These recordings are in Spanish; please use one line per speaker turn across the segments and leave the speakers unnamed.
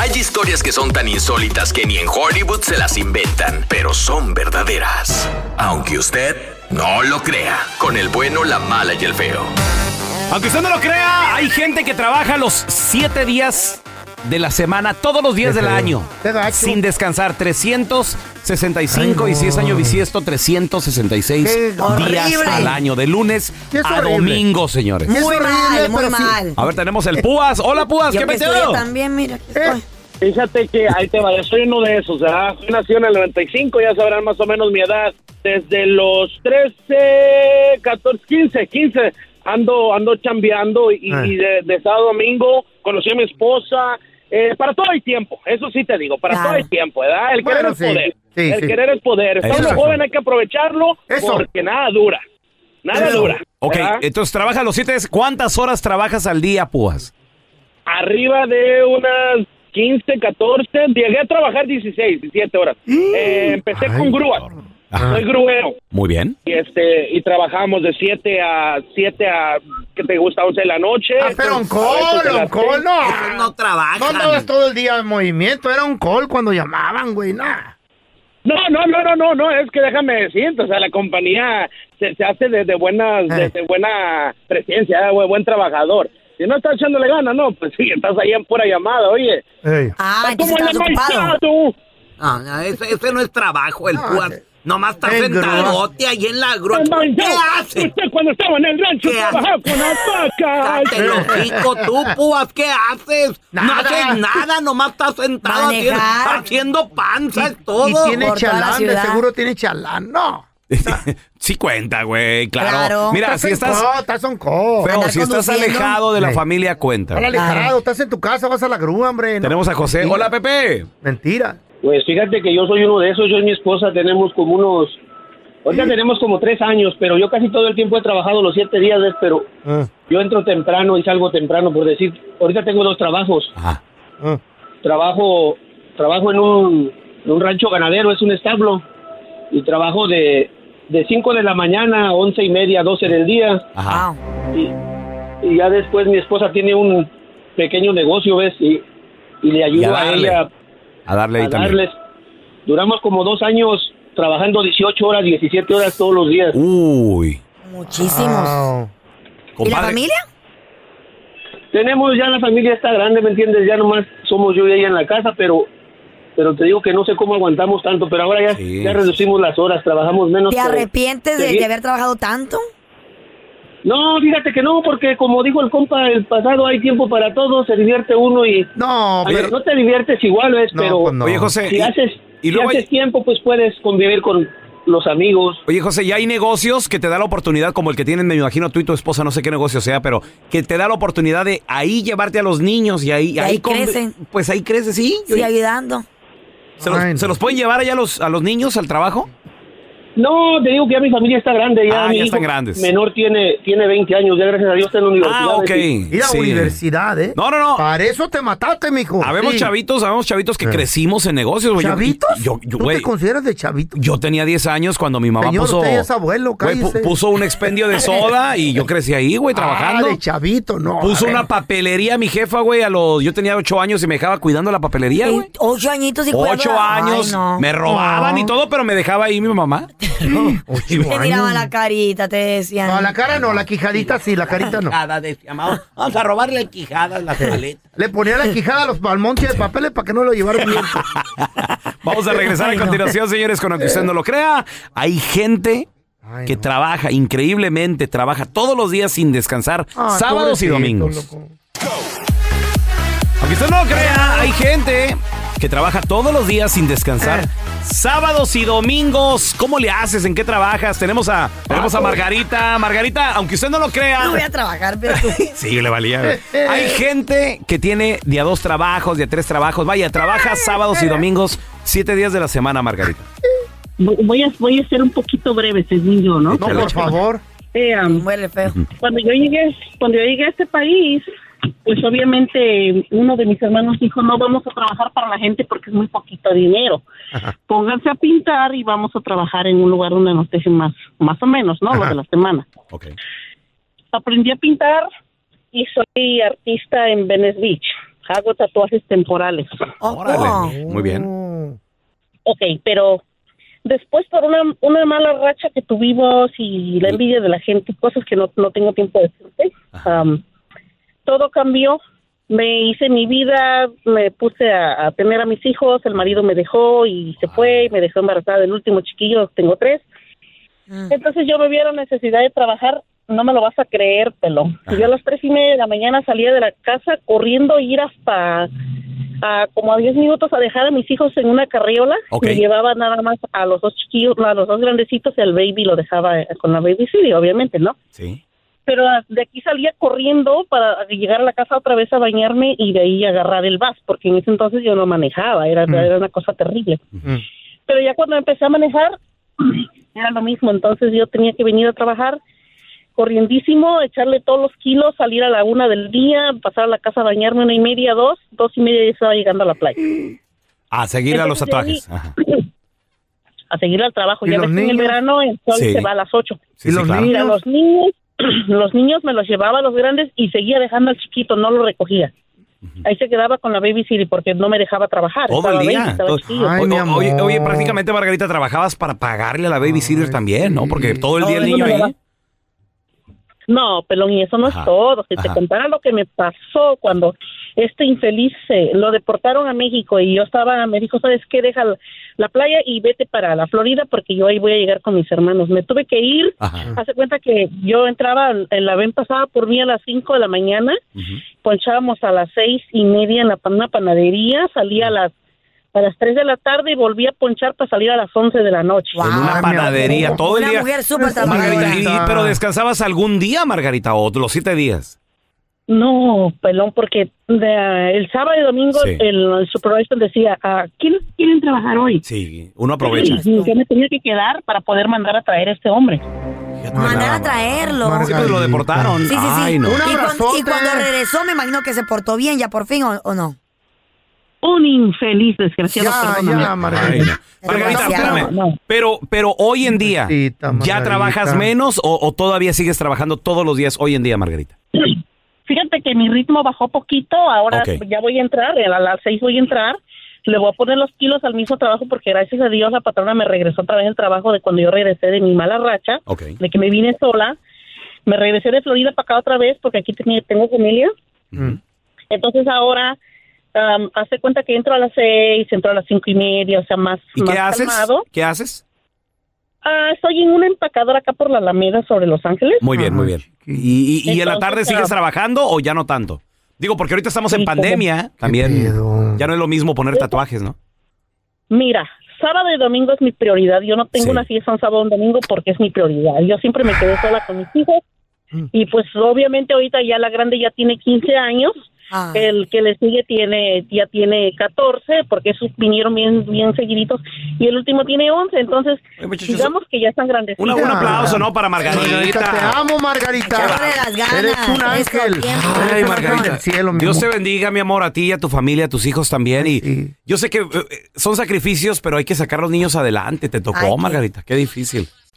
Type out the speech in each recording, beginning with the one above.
Hay historias que son tan insólitas que ni en Hollywood se las inventan, pero son verdaderas. Aunque usted no lo crea, con el bueno, la mala y el feo.
Aunque usted no lo crea, hay gente que trabaja los siete días de la semana, todos los días
Qué
del
feo.
año,
Qué gacho.
sin descansar, 365
Ay,
y si es
no.
año bisiesto, 366
Qué
días
horrible.
al año, de lunes
Qué es
a
horrible.
domingo, señores.
Es
Muy
horrible,
mal, muy
pero sí.
mal.
A ver, tenemos el Púas. Hola, Púas,
Yo
Ah, ¿qué
que
metido?
estudié también, mira. aquí
Eh.
estoy.
Fíjate que ahí te va, yo soy uno de esos, ¿verdad? Yo nací en el 95, ya sabrán más o menos mi edad. Desde los 13, 14, 15, 15 ando ando chambeando y,
Ah.
y de, de sábado a domingo conocí a mi esposa. Eh, para todo hay tiempo, eso sí te digo, para
Claro.
todo hay tiempo, ¿verdad? El
Bueno,
querer es
sí,
poder.
sí,
el
sí.
querer es poder.
Eso
Estando
es.
joven hay que aprovecharlo
Eso.
porque nada dura. Nada
Eso.
dura.
Ok,
¿verdad?
entonces trabaja los siete días. ¿Cuántas horas trabajas al día, Púas?
arriba de unas 15, 14. Llegué a trabajar 16, 17 horas. Eh, empecé
Mm. Ay,
con grúas.
Ajá.
Soy gruero.
Muy bien.
Y, este, y trabajamos de 7 a 7 a, ¿qué te gusta? 11 de la noche.
Ah, pero un
A
call,
veces a
un
las
call,
seis.
no. No trabajan. No andabas todo el día en movimiento, era un call cuando llamaban, güey, nada.
No, no, no, no, no, no, es que déjame decirte, o sea, la compañía se, se hace de, de buenas, de,
Eh.
de buena presencia, de buen trabajador. Si no estás echándole ganas, no, pues sí, estás ahí en pura llamada, oye.
Ah,
¿Cómo
entonces
le
estabas ocupado.
No,
tú?
Ah, no, ese, ese no es trabajo, el Púas. Nomás está
Ah, el
sentadote ahí en la grúa.
Don
¿Qué
Joe,
haces?
Usted cuando estaba en el rancho
¿Qué hace?
trabajaba con alpacas.
Cállate el hocico, tú, Púas, ¿qué haces? No
Nada.
haces nada, nomás estás sentado haciendo,
Manejar.
haciendo panza, es todo.
Y tiene
Por toda la
chalán, de
ciudad.
seguro tiene chalán, no.
sí cuenta, güey, claro.
Claro.
Mira, si
en
estás,
call, estás en call.
feo,
Andar
si estás
conduciendo.
alejado de la
Sí.
familia, cuenta.
Estás
güey.
alejado, estás en tu casa, vas a la grúa, hombre. no.
Tenemos a José. Hola, Pepe.
Mentira.
Pues fíjate que yo soy uno de esos, yo y mi esposa tenemos como unos... Ahorita tenemos como tres años, pero yo casi todo el tiempo he trabajado los siete días, ¿ves? pero
Ah,
yo entro temprano y salgo temprano, por decir, ahorita tengo dos trabajos.
Ajá.
ah.
Trabajo trabajo en un, en un rancho ganadero, es un establo, y trabajo de, de cinco de la mañana, once y media, doce del día,
Ajá.
Wow.
y, y ya después mi esposa tiene un pequeño negocio, ¿ves? Y, y le
Y a
ayudo a,
darle,
ella
A darle ahí
a
también.
darles. Duramos como dos años trabajando 18 horas, 17 horas todos los días.
Uy.
Muchísimos. ¿Y
Wow.
la
compadre.
familia?
Tenemos ya la familia está grande, ¿me entiendes? Ya nomás somos yo y ella en la casa, pero pero te digo que no sé cómo aguantamos tanto, pero ahora ya,
Sí.
ya reducimos las horas, trabajamos menos.
¿Te
pero-
arrepientes de,
Sí.
de haber trabajado tanto?
No, fíjate que no, porque como dijo el compa, el pasado hay tiempo para todo, se divierte uno y...
No,
Aunque
pero...
no te diviertes igual, ¿ves?
No,
pero
pues no.
Oye, José.
si
y-
haces,
y
si
luego hay-
haces tiempo, pues puedes convivir con, los amigos.
Oye, José, ya hay negocios que te da la oportunidad, como el que tienen, me imagino, tú y tu esposa, no sé qué negocio sea, pero que te da la oportunidad de ahí llevarte a los niños y ahí...
Y ahí
conv-
crecen.
Pues ahí crece, sí.
Sí, ayudando.
¿Se los,
Ay, no.
se los pueden llevar allá a los, a los niños al trabajo?
No, te digo que ya mi familia está grande. Ya
Ah,
mi
ya están
hijo
grandes.
menor tiene, tiene 20 años, ya gracias a Dios está en la universidad.
Ah, ok.
Ir a
Sí.
universidad, ¿eh?
No, no, no.
Para eso te mataste, mijo.
Habemos
Sí.
chavitos, habemos chavitos que
Eh.
crecimos en negocios, güey. Yo-
¿Chavitos?
Yo, yo,
¿Tú
güey,
te consideras de chavito?
yo tenía 10 años cuando mi mamá
Señor,
puso.
usted ya es abuelo,
güey, pu-
cállese.
puso un expendio de soda y yo crecí ahí, güey, trabajando.
Ah, de chavito, no.
puso
a ver.
una papelería mi jefa, güey, a los. Yo tenía 8 años y me dejaba cuidando la papelería, güey.
Eh, Ocho añitos y
Ocho
cuidando- Ay,
años,
no.
me robaban
No.
y todo, pero me dejaba ahí mi mamá.
Ocho
Te
años.
miraban la carita, te decían.
No, la cara no, la quijadita sí, la carita no.
Quijada, decía, "Vamos- Vamos a robarle quijadas las paletas.
Le ponía la quijada a los palmontes de papeles para que no lo llevaran bien.
Vamos a regresar a continuación, señores, con aunque usted no lo crea. Hay gente
Ay,
que
no.
trabaja increíblemente, trabaja todos los días sin descansar,
Ah,
sábados y
pobrecito,
domingos.
loco.
Aunque usted no lo crea, hay gente que trabaja todos los días sin descansar.
Eh.
Sábados y domingos, ¿cómo le haces? ¿En qué trabajas? Tenemos a, tenemos a Margarita. Margarita, aunque usted no lo
No voy
crea.
a trabajar, pero tú.
Sí, le valía. güey.
eh.
Hay gente que tiene de a dos trabajos, de a tres trabajos. Vaya, trabaja sábados y domingos, siete días de la semana, Margarita.
Voy- voy a, voy a ser un poquito breve, según yo, ¿no?
No, por favor.
Eh, um,
Huele feo.
cuando yo llegué, cuando yo llegué a este país, pues obviamente uno de mis hermanos dijo, no vamos a trabajar para la gente porque es muy poquito dinero. Pónganse a pintar y vamos a trabajar en un lugar donde nos dejen más, más o menos, ¿no? Lo
Ajá.
de la semana.
Ok.
Aprendí a pintar y soy artista en Venice Beach. Hago tatuajes temporales.
Oh, oh.
Órale. Muy bien.
Oh.
Ok, pero después por una, una mala racha que tuvimos y la envidia de la gente, cosas que no, no tengo tiempo de decirte, am, todo cambió. Me hice mi vida, me puse a, a tener a mis hijos, el marido me dejó y se fue, y me dejó embarazada del último chiquillo, tengo tres.
Mm.
Entonces yo me vi a la necesidad de trabajar, no me lo vas a creer, pelo. Yo a las tres y media de la mañana salía de la casa corriendo a ir hasta a como a diez minutos a dejar a mis hijos en una carriola.
Ok.
Me llevaba nada más a los dos chiquillos, a los dos grandecitos y al baby lo dejaba eh, con la baby sí, obviamente, ¿no?
Sí.
Pero ah, de aquí salía corriendo para llegar a la casa otra vez a bañarme y de ahí agarrar el bus, porque en ese entonces yo no manejaba, era, era una cosa terrible.
Mm.
Pero ya cuando empecé a manejar, era lo mismo. Entonces yo tenía que venir a trabajar corriendísimo, echarle todos los kilos, salir a la una del día, pasar a la casa a bañarme una y media, dos, dos y media ya estaba llegando a la playa.
A seguir a los
Entonces, de ahí-
tatuajes. Ajá.
A seguir al trabajo.
¿Y
Ya
los
ves que en el
niños?
verano el sol
Sí.
se va a las ocho.
Sí,
¿Y
sí,
los
claro.
Mira,
niños?
los niños, los niños me los llevaba a los grandes y seguía dejando al chiquito, no lo recogía. Ahí se quedaba con la baby city porque no me dejaba trabajar.
Todo
estaba
el día.
baby, estaba
todo-
chiquillo.
Ay,
O-
mi
o- Oye,
amor.
oye, prácticamente, Margarita, trabajabas para pagarle a la babysitter también, ¿no? Porque todo el día el
Ay,
niño
no me
ahí.
va. No, pelón, y eso no
Ajá,
es todo. Si
ajá.
te contara lo que me pasó cuando este infeliz se- lo deportaron a México y yo estaba, me dijo, ¿sabes qué? Deja la, la playa y vete para la Florida porque yo ahí voy a llegar con mis hermanos. Me tuve que ir.
Ajá.
Hace cuenta que yo entraba, en la ven pasaba por mí a las 5 de la mañana,
Ujú.
ponchábamos a las seis y media en la pan- una panadería, salía a las a las 3 de la tarde y volví a ponchar para salir a las 11 de la noche.
Wow.
En una
Ay, mi
panadería,
amor.
todo el
Una
día.
mujer súper
Margarita, y-
Margarita.
pero descansabas algún día, Margarita, o los siete días.
No, pelón, porque de- eh, el sábado y domingo
Sí.
el, el supervisor decía, ah, ¿quiénes quieren trabajar hoy?
Sí, uno aprovecha.
Y yo me tenía que quedar para poder mandar a traer a este hombre.
Mandar a traerlo.
Sí, pues lo deportaron.
Sí, sí, sí.
Ay, no.
y,
Un
cuando,
abrazote.
y cuando regresó, me imagino que se portó bien ya por fin, ¿o, o no?
Un infeliz desgraciado.
Ya,
perdóname.
Ay,
ya,
no.
Margarita.
Margarita,
Demasiado.
espérame.
No.
Pero, pero hoy en día,
Margarita,
¿ya
Margarita.
trabajas menos o, o todavía sigues trabajando todos los días hoy en día, Margarita?
Fíjate que mi ritmo bajó poquito, ahora
Ok.
ya voy a entrar, a las seis voy a entrar. Le voy a poner los kilos al mismo trabajo porque gracias a Dios la patrona me regresó otra vez el trabajo de cuando yo regresé de mi mala racha,
Ok.
de que me vine sola. Me regresé de Florida para acá otra vez porque aquí tenía- tengo familia.
Mm.
Entonces ahora am, hace cuenta que entro a las seis, entro a las cinco y media, o sea, más,
¿Y
más
qué haces?
calmado.
¿Qué haces?
Ah, estoy en una empacadora acá por la Alameda sobre Los Ángeles.
Muy bien, muy bien. ¿Y, y- y en la
Entonces,
tarde
claro.
sigues trabajando o ya no tanto? Digo, porque ahorita estamos en
Sí, como-
pandemia
Qué
también.
pedo.
Ya no es lo mismo poner tatuajes, ¿no?
Mira, sábado y domingo es mi prioridad. Yo no tengo una fiesta un sábado o un domingo porque es mi prioridad. Yo siempre me quedé sola con mis hijos.
Mm.
Y pues obviamente ahorita ya la grande ya tiene 15 años.
Ah.
El que le sigue tiene ya tiene 14 porque esos vinieron bien bien seguiditos y el último tiene 11, entonces digamos que ya ah, están grandes.
Una- un aplauso, ¿no? Para Margarita.
Te amo, Margarita. Eres un ángel.
Ay, Margarita. Dios te bendiga, mi amor, a ti y a tu familia, a tus hijos también. Y yo sé que eh, eh, son sacrificios, pero hay que sacar a los niños adelante. Te tocó,
Ay, qué-
Margarita. Qué difícil.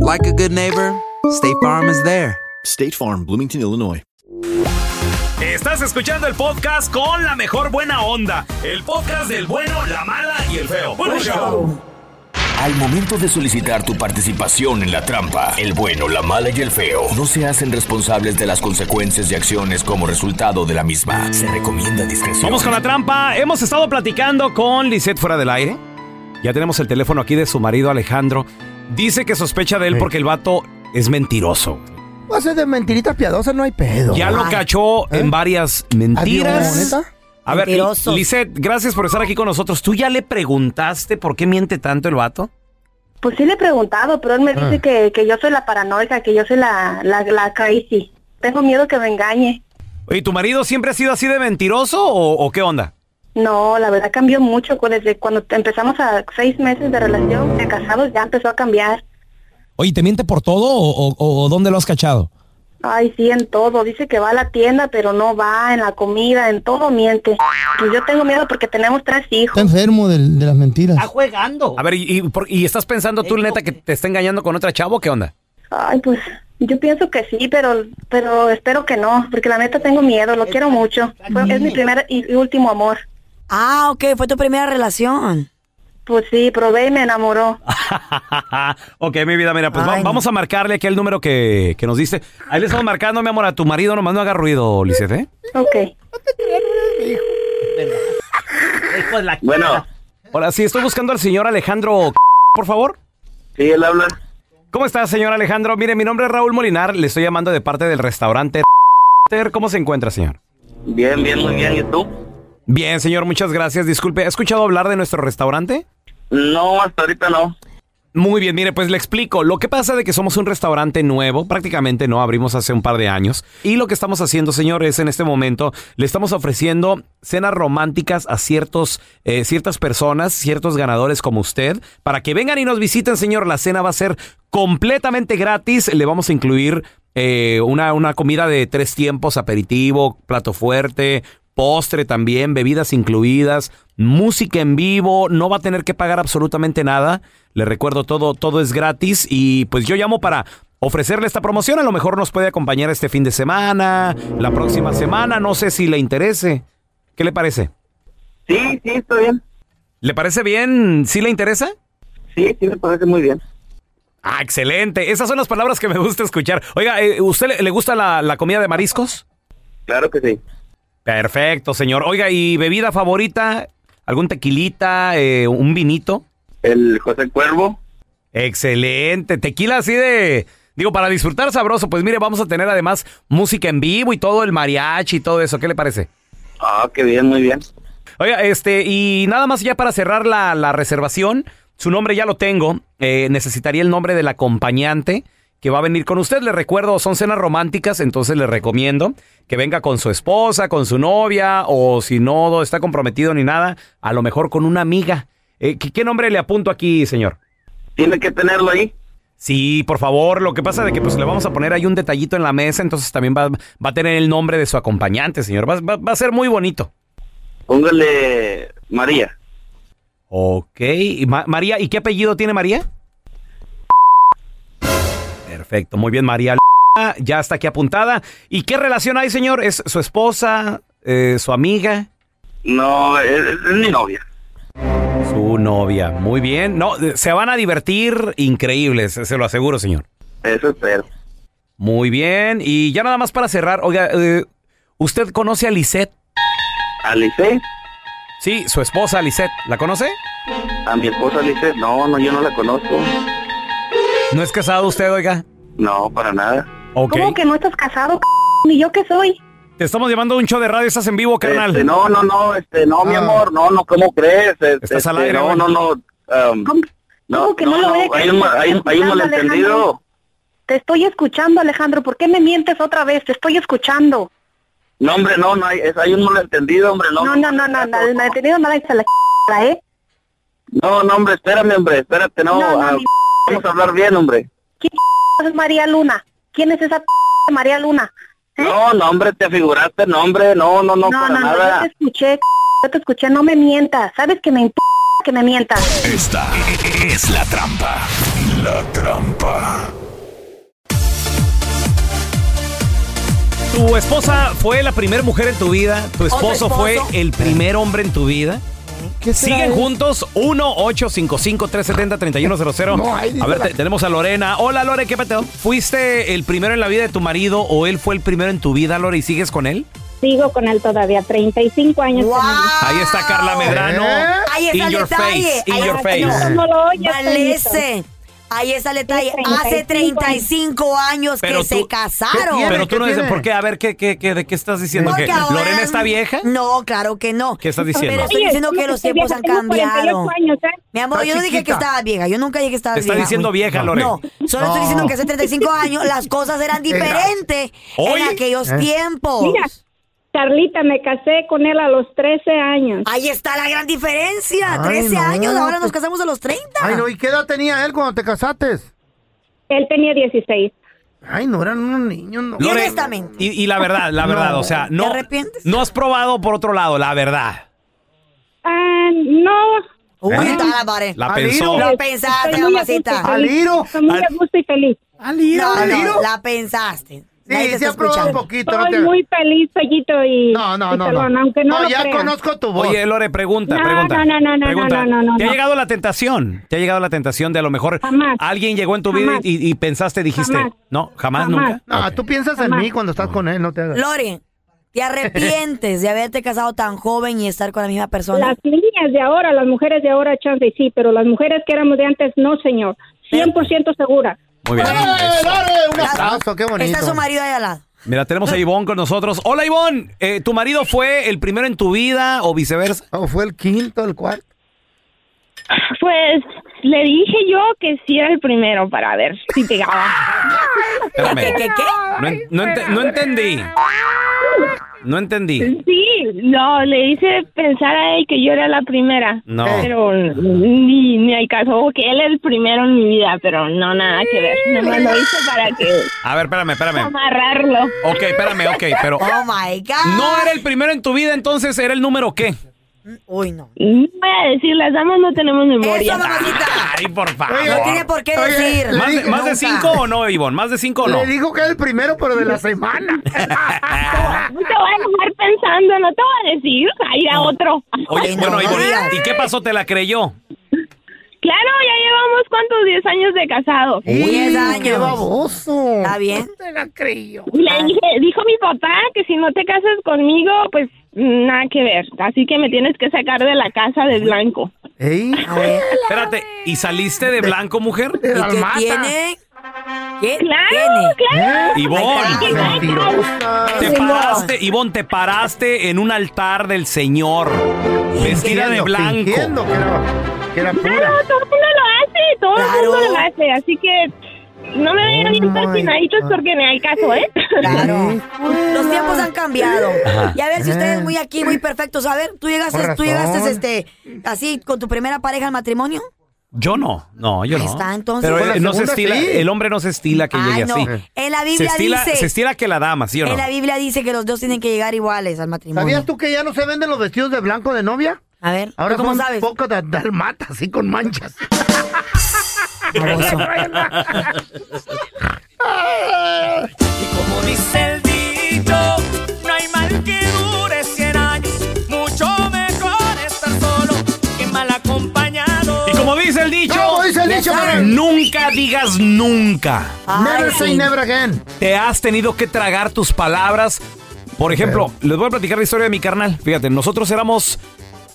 like a good neighbor, State Farm is there. State Farm, Bloomington, Illinois.
Estás escuchando el podcast con la mejor buena onda. El podcast del bueno, la mala y el feo.
Al momento de solicitar tu participación en la trampa, el bueno, la mala y el feo no se hacen responsables de las consecuencias y acciones como resultado de la misma. Se recomienda discreción.
Vamos con la trampa. Hemos estado platicando con Lisette fuera del aire. Ya tenemos el teléfono aquí de su marido Alejandro. Dice que sospecha de él porque el vato es mentiroso.
Pues de mentiritas piadosas no hay pedo.
Ya lo
¿Eh?
cachó en varias
Adiós,
mentiras.
¿neta?
A ver,
Mentirosos.
Lisette, gracias por estar aquí con nosotros. ¿Tú ya le preguntaste por qué miente tanto el vato?
Pues sí le he preguntado, pero él me dice
Ah.
que, que yo soy la paranoica, que yo soy la, la, la crazy. Tengo miedo que me engañe.
¿Y tu marido siempre ha sido así de mentiroso o, o qué onda?
No, la verdad cambió mucho. cu- Desde cuando te- empezamos a seis meses de relación, de casados, ya empezó a cambiar.
Oye, ¿te miente por todo o, o- o dónde lo has cachado?
Ay, sí, en todo. Dice que va a la tienda, pero no va, en la comida, en todo miente. Pues yo tengo miedo porque tenemos tres hijos.
Está enfermo del- de, las mentiras.
Juegando.
A ver, ¿y, y por- y estás pensando tú, neta, que te está engañando con otra chavo? o ¿Qué onda?
Ay, pues yo pienso que sí, pero pero espero que no, porque la neta tengo miedo, lo quiero mucho. Fue- es mi primer y y último amor.
Ah, ok, fue tu primera relación.
Pues sí, probé y me enamoró.
ok, mi vida, mira, pues va- vamos a marcarle aquí el número que, que nos diste. Ahí le estamos marcando, mi amor, a tu marido, nomás no haga ruido, Lisette, ¿eh?
Ok.
Bueno. Hola, sí, estoy buscando al señor Alejandro, por favor.
Sí, él habla.
¿Cómo está, señor Alejandro? Mire, mi nombre es Raúl Molinar, le estoy llamando de parte del restaurante. ¿Cómo se encuentra, señor?
Bien, bien, muy bien. ¿Y tú?
Bien, señor, muchas gracias. Disculpe, ¿ha escuchado hablar de nuestro restaurante?
No, hasta ahorita no.
Muy bien, mire, pues le explico. Lo que pasa de que somos un restaurante nuevo, prácticamente no abrimos hace un par de años. Y lo que estamos haciendo, señor, es en este momento le estamos ofreciendo cenas románticas a ciertos, eh, ciertas personas, ciertos ganadores como usted, para que vengan y nos visiten, señor. La cena va a ser completamente gratis. Le vamos a incluir eh, una, una comida de tres tiempos, aperitivo, plato fuerte, postre también, bebidas incluidas, música en vivo, no va a tener que pagar absolutamente nada. Le recuerdo todo, todo es gratis y pues yo llamo para ofrecerle esta promoción. A lo mejor nos puede acompañar este fin de semana, la próxima semana, no sé si le interese. ¿Qué le parece?
Sí, sí, está bien.
¿Le parece bien? ¿Sí le interesa?
Sí, sí, me parece muy bien.
Ah, excelente. Esas son las palabras que me gusta escuchar. Oiga, eh, ¿usted le, le gusta la, la comida de mariscos?
Claro que sí.
Perfecto, señor. Oiga, ¿y bebida favorita? ¿Algún tequilita? eh, ¿Un vinito?
El José Cuervo.
Excelente. Tequila así de. Digo, para disfrutar sabroso, pues mire, vamos a tener además música en vivo y todo el mariachi y todo eso. ¿Qué le parece?
Ah, qué bien, muy bien.
Oiga, este, y nada más ya para cerrar la, la reservación, su nombre ya lo tengo. Eh, necesitaría el nombre del acompañante que va a venir con usted. Le recuerdo, son cenas románticas, entonces le recomiendo que venga con su esposa, con su novia, o si no está comprometido ni nada, a lo mejor con una amiga. Eh, ¿qué, qué nombre le apunto aquí, señor?
Tiene que tenerlo ahí.
Sí, por favor. Lo que pasa es que pues le vamos a poner ahí un detallito en la mesa, entonces también va, va a tener el nombre de su acompañante, señor. Va- va- va a ser muy bonito.
Póngale María.
Ok. y Ma- María, ¿y qué apellido tiene María? Perfecto, muy bien, María. Ya está aquí apuntada. ¿Y qué relación hay, señor? ¿Es su esposa? eh, ¿Su amiga?
No, es, es mi novia.
Su novia. Muy bien. No, eh, se van a divertir increíbles, se lo aseguro, señor.
Eso espero.
Muy bien. Y ya nada más para cerrar, oiga, eh, ¿usted conoce a Lisette?
¿A Lisette?
Sí, su esposa Lisette. ¿La conoce?
A mi esposa Lisette, no, no, yo no la conozco.
¿No es casado usted, oiga?
No, para nada.
Ok.
¿Cómo que no estás casado, c-? ¿Ni yo qué soy?
Te estamos llevando un show de radio, estás en vivo, carnal.
Este, no, no, no, este, no,
Ah.
mi amor, no, no, ¿cómo crees? Este,
Estás al
este,
aire,
No,
güey.
no, no. um, no,
que no lo voy a
hay un, ma- hay un- hay un
escuchando,
malentendido.
Alejandro? Te estoy escuchando, Alejandro. ¿Por qué me mientes otra vez? Te estoy escuchando.
No, hombre, no, no, hay, es- hay un malentendido, hombre, no.
No, no, no, no, no, no he tenido nada hecha la c- ¿eh?
No, no, hombre, espérame, hombre, espérate, no.
No, no,
ah,
ni-
vamos a hablar bien, hombre.
¿Quién c- es María Luna? ¿Quién es esa c- María Luna? ¿Eh?
No, no, hombre, te figuraste, no, hombre, no, no, no,
no,
para
no, yo
nada.
te escuché, c-. yo te escuché, no me mientas. ¿Sabes que me imp que me mientas?
Esta es la trampa. La trampa.
Tu esposa fue la primera mujer en tu vida, tu esposo,
esposo?
fue el primer hombre en tu vida.
será
¿Siguen
él?
juntos? 1-855-370-3100.
No, ahí dice
a ver,
la-
te- tenemos a Lorena. Hola, Lore, ¿qué peteo? ¿Fuiste el primero en la vida de tu marido o él fue el primero en tu vida, Lore, y sigues con él?
Sigo con él todavía, 35 años. con él.
Ahí está Carla Medrano.
Ah.
¿Eh?
Ahí está
in
el
your
detalle.
face, in
Ahí
your
está-
face.
no lo oyes,
Valece. Ahí está el detalle. Hace 35 años que
Pero tú-
se casaron.
Pero tú no dices, ¿por qué? A ver, ¿qué, qué, qué- ¿de qué estás diciendo?
Porque
¿Que
ahora-
¿Lorena está vieja?
No, claro que no.
¿Qué estás diciendo?
Pero estoy
Oye,
diciendo
¿cómo
que
que
los
estoy
tiempos
vieja?
han
Tengo 48
cambiado.
años, ¿eh?
Mi amor,
Está
yo no dije que
chiquita.
estaba vieja. Yo nunca dije que estaba
Te
vieja.
está diciendo
güey.
vieja, Lore.
No, solo
No.
estoy diciendo que hace 35 años las cosas eran diferentes
¿Hoy?
en aquellos
¿Eh?
tiempos.
Mira, Carlita, me casé con él a los 13 años.
Ahí está la gran diferencia.
Ay,
13
no,
años, ahora nos
pues-
casamos a los 30.
Ay, no, ¿y qué edad tenía él cuando te casaste?
Él tenía 16.
Ay, no, eran unos niños, no.
Lore, Y, y la verdad, la verdad, o sea, no, no has probado por otro lado, la verdad.
Ah, no.
Uy,
Ah,
está la pared. ¿Eh? La pensó.
La pensaste,
Estoy muy a gusto y
mamacita.
feliz. Estoy muy a gusto y feliz.
No, no,
Aliro.
la pensaste. Nadie te
sí
está
ha probado un
escuchando.
poquito,
Estoy muy feliz, Fellito, y,
No, no,
y
no,
pelón,
no.
aunque no,
No,
lo
ya
crean.
conozco tu voz.
Oye, Lore, pregunta,
No,
pregunta.
no, no, no, no,
pregunta.
no, no, no,
¿Te ha
no.
llegado la tentación? ¿Te ha llegado la tentación de a lo mejor alguien llegó en tu vida
Jamás.
y, y pensaste, dijiste,
Jamás.
no, jamás, nunca?
Ah, No,
Ok.
tú piensas en
Jamás.
mí cuando estás con él, no te hagas.
Lore, ¿te arrepientes de haberte casado tan joven y estar con la misma persona?
Las niñas de ahora, las mujeres de ahora, chance y sí, pero las mujeres que éramos de antes, no, señor. 100% segura.
Muy bien.
un abrazo, qué bonito.
Está su marido ahí al lado.
Mira, tenemos a Ivonne con nosotros. Hola, Ivonne. Eh, ¿Tu marido fue el primero en tu vida o viceversa?
¿O fue el quinto, el cuarto?
Pues le dije yo que sí era el primero para ver si pegaba.
Espérame. No, en- no ente- no entendí. No entendí.
Sí, no, le hice pensar a él que yo era la primera.
No.
Pero ni, ni al caso que él era el primero en mi vida, pero no, nada que ver. Nada más lo hice para que
A ver, espérame, espérame.
amarrarlo.
Ok, espérame, ok, pero...
Oh my God.
No era el primero en tu vida, entonces era el número qué?
Uy, no.
Voy a decir, las damas no tenemos memoria.
Ay, por favor.
Oye, no tiene por qué Oye, decir. le
¿Más, de,
dije
más de
nunca.
cinco o no, Ivonne? ¿Más de cinco o no?
Le digo que es el primero, pero de la semana.
No te voy a dejar pensando, no te voy a decir. Ahí era otro.
Oye, bueno, Ivonne, ¿y qué pasó? ¿Te la creyó?
Claro, ya llevamos cuántos 10 años de casado.
Uy, 10
años. qué baboso. Está bien.
te la creyó. Le dije, dijo mi papá que si no te casas conmigo, pues nada que ver. Así que me tienes que sacar de la casa de blanco.
¿Ey?
Espérate, ¿y saliste de blanco, mujer?
¿Y qué tiene? ¿Qué
claro,
claro.
Ivonne, te paraste, Ivonne, te paraste en un altar del Señor, vestida de
Fingiendo,
blanco.
fingiendo que era, que era pura.
No, todo el mundo lo hace, todo el mundo lo hace, así que no me vayan a ir persinaditos porque ni hay caso, ¿eh?
Claro. Los tiempos han cambiado.
Ajá.
Y a ver si
Eh.
ustedes muy aquí, muy perfectos. A ver, tú
Con
llegaste, tú
razón.
llegaste este, así con tu primera pareja al matrimonio.
Yo no, no, yo
Ahí
no.
está, entonces.
Pero
Con la
eh, no se
segunda,
estila,
sí.
el hombre no se estila que
Ay,
llegue
Ah, no.
así.
En la
se
Biblia
estila,
dice.
se estila que la dama, ¿sí o no?
En la Biblia dice que los dos tienen que llegar iguales al matrimonio.
¿Sabías tú que ya no se venden los vestidos de blanco de novia?
A ver,
Ahora
¿tú cómo
son
sabes?
pocas de dalmatas, así con manchas.
Y como dice el dicho, no hay mal que dure 100 años. Mucho mejor estar solo que mal acompañado.
Y como dice el dicho,
¿Cómo dice el dicho, Manuel?
nunca digas nunca.
Ay, Never say sí. never again.
Te has tenido que tragar tus palabras. Por ejemplo, les voy a platicar la historia de mi carnal. Fíjate, nosotros éramos,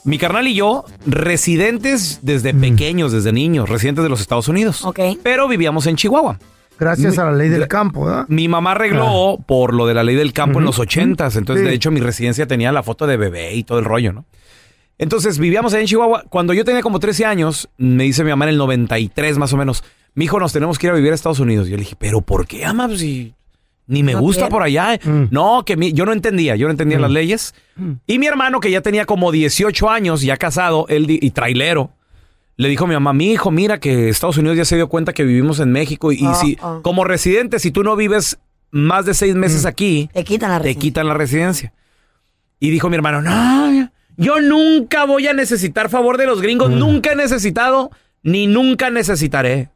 mi carnal y yo, residentes desde
Mm.
pequeños, desde niños, residentes de los Estados Unidos. Pero vivíamos en Chihuahua.
Gracias
Mi-
a la ley del campo, ¿eh? ¿verdad?
Mi mamá arregló por lo de la ley del campo en los ochentas. Entonces,
Sí.
de hecho, mi residencia tenía la foto de bebé y todo el rollo, ¿no? Entonces, vivíamos ahí en Chihuahua. Cuando yo tenía como 13 años, me dice mi mamá en el 93 más o menos, mi hijo, nos tenemos que ir a vivir a Estados Unidos. Yo le dije, ¿pero por qué, ama? Si pues, ni me
No
gusta pues.
quiero.
por allá. No, que mi- yo no entendía, yo no entendía las leyes. Y mi hermano, que ya tenía como 18 años, ya casado, él di- y trailero, le dijo a mi mamá, mi hijo, mira que Estados Unidos ya se dio cuenta que vivimos en México y, y si
Ah, ah.
como residente, si tú no vives más de seis meses aquí,
te quitan la
residencia. Y dijo mi hermano, no, yo nunca voy a necesitar favor de los gringos, nunca he necesitado ni nunca necesitaré.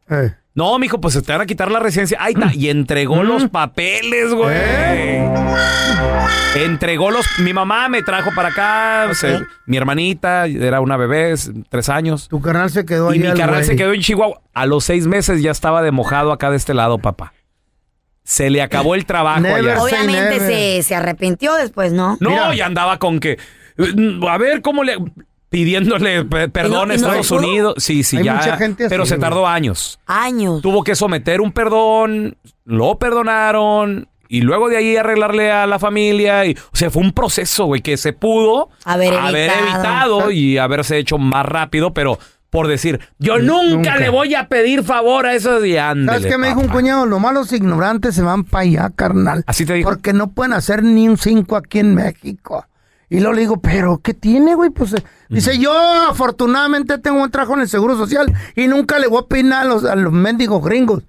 No, mijo, pues te van a quitar la residencia. Ahí está. Y entregó los papeles, güey. Entregó los. Mi mamá me trajo para acá. se- mi hermanita era una bebé, s- tres años.
Tu carnal se quedó ahí.
Y mi
al
carnal
güey.
se quedó en Chihuahua. A los seis meses ya estaba de mojado acá de este lado, papá. Se le acabó el trabajo allá.
Obviamente se, se arrepintió después, ¿no?
No, ya andaba con que. mm, A ver cómo le. Pidiéndole pe- perdón
no
a Estados
se pudo?
Unidos. Sí, sí,
Hay
ya.
mucha gente así,
pero se
güey.
tardó años.
Años.
Tuvo que someter un perdón, lo perdonaron. Y luego de ahí arreglarle a la familia. Y, o sea, fue un proceso, güey, que se pudo
Haber evitado.
evitado y haberse hecho más rápido, pero por decir, yo nunca, le voy a pedir favor a esos de
¿Sabes
ándele,
qué me dijo un
papá.
cuñado? Lo malos ignorantes se van para allá, carnal.
Así te dijo.
Porque no pueden hacer ni un cinco aquí en México. Y luego le digo, ¿pero qué tiene, güey? Pues eh, dice, yo afortunadamente tengo un trabajo en el Seguro Social y nunca le voy a peinar a los, a los mendigos gringos.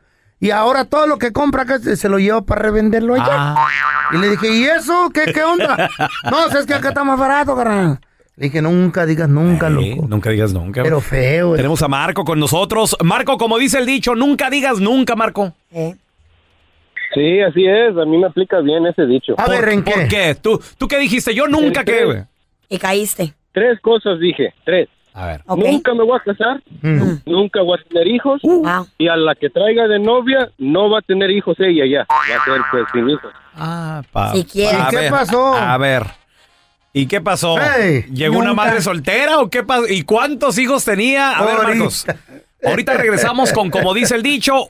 Y ahora todo lo que compra acá se, se lo lleva para revenderlo allá.
Ah.
Y le dije, ¿y eso? ¿Qué, qué onda? no, es que acá está más barato, carnal. Le dije, nunca digas nunca,
Sí,
loco.
Nunca digas nunca.
Pero feo.
Tenemos a Marco con nosotros. Marco, como dice el dicho, nunca digas nunca, Marco.
Sí, así es. A mí me aplica bien ese dicho. Este,
¿Por, por qué? ¿Tú, ¿Tú qué dijiste? Yo nunca qué, güey.
Y caíste.
Tres cosas dije, tres.
A ver.
Nunca me voy a casar,
Mm.
Mm.
nunca voy a tener hijos y a la que traiga de novia no va a tener hijos ella ya. Va a ser pues sin hijos.
Ah, pa-
Si quieres.
a
¿Y qué pasó?
A ver. ¿Y qué pasó?
Ey,
¿Llegó una
nunca.
madre soltera o qué pasó? ¿Y cuántos hijos tenía? A ver,
Ahorita.
Marcos. Ahorita regresamos con, como dice el dicho,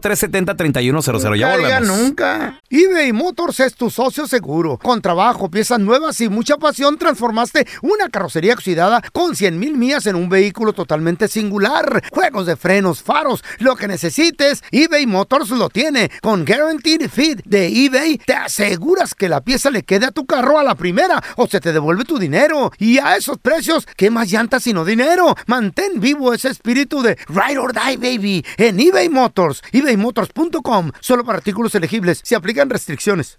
1-855-370-3100. Ya
Nunca diga
volvemos.
nunca. eBay Motors es tu socio seguro. Con trabajo, piezas nuevas y mucha pasión, transformaste una carrocería oxidada con 100 mil millas en un vehículo totalmente singular. Juegos de frenos, faros, lo que necesites, eBay Motors lo tiene. Con Guaranteed Fit de eBay, te aseguras que la pieza le quede a tu carro a la primera o se te devuelve tu dinero. Y a esos precios, ¿qué más llantas sino dinero? Mantén vivo ese espíritu de Ride or Die, baby, en eBay Motors. ebaymotors.com. Solo para artículos elegibles. Se aplican restricciones.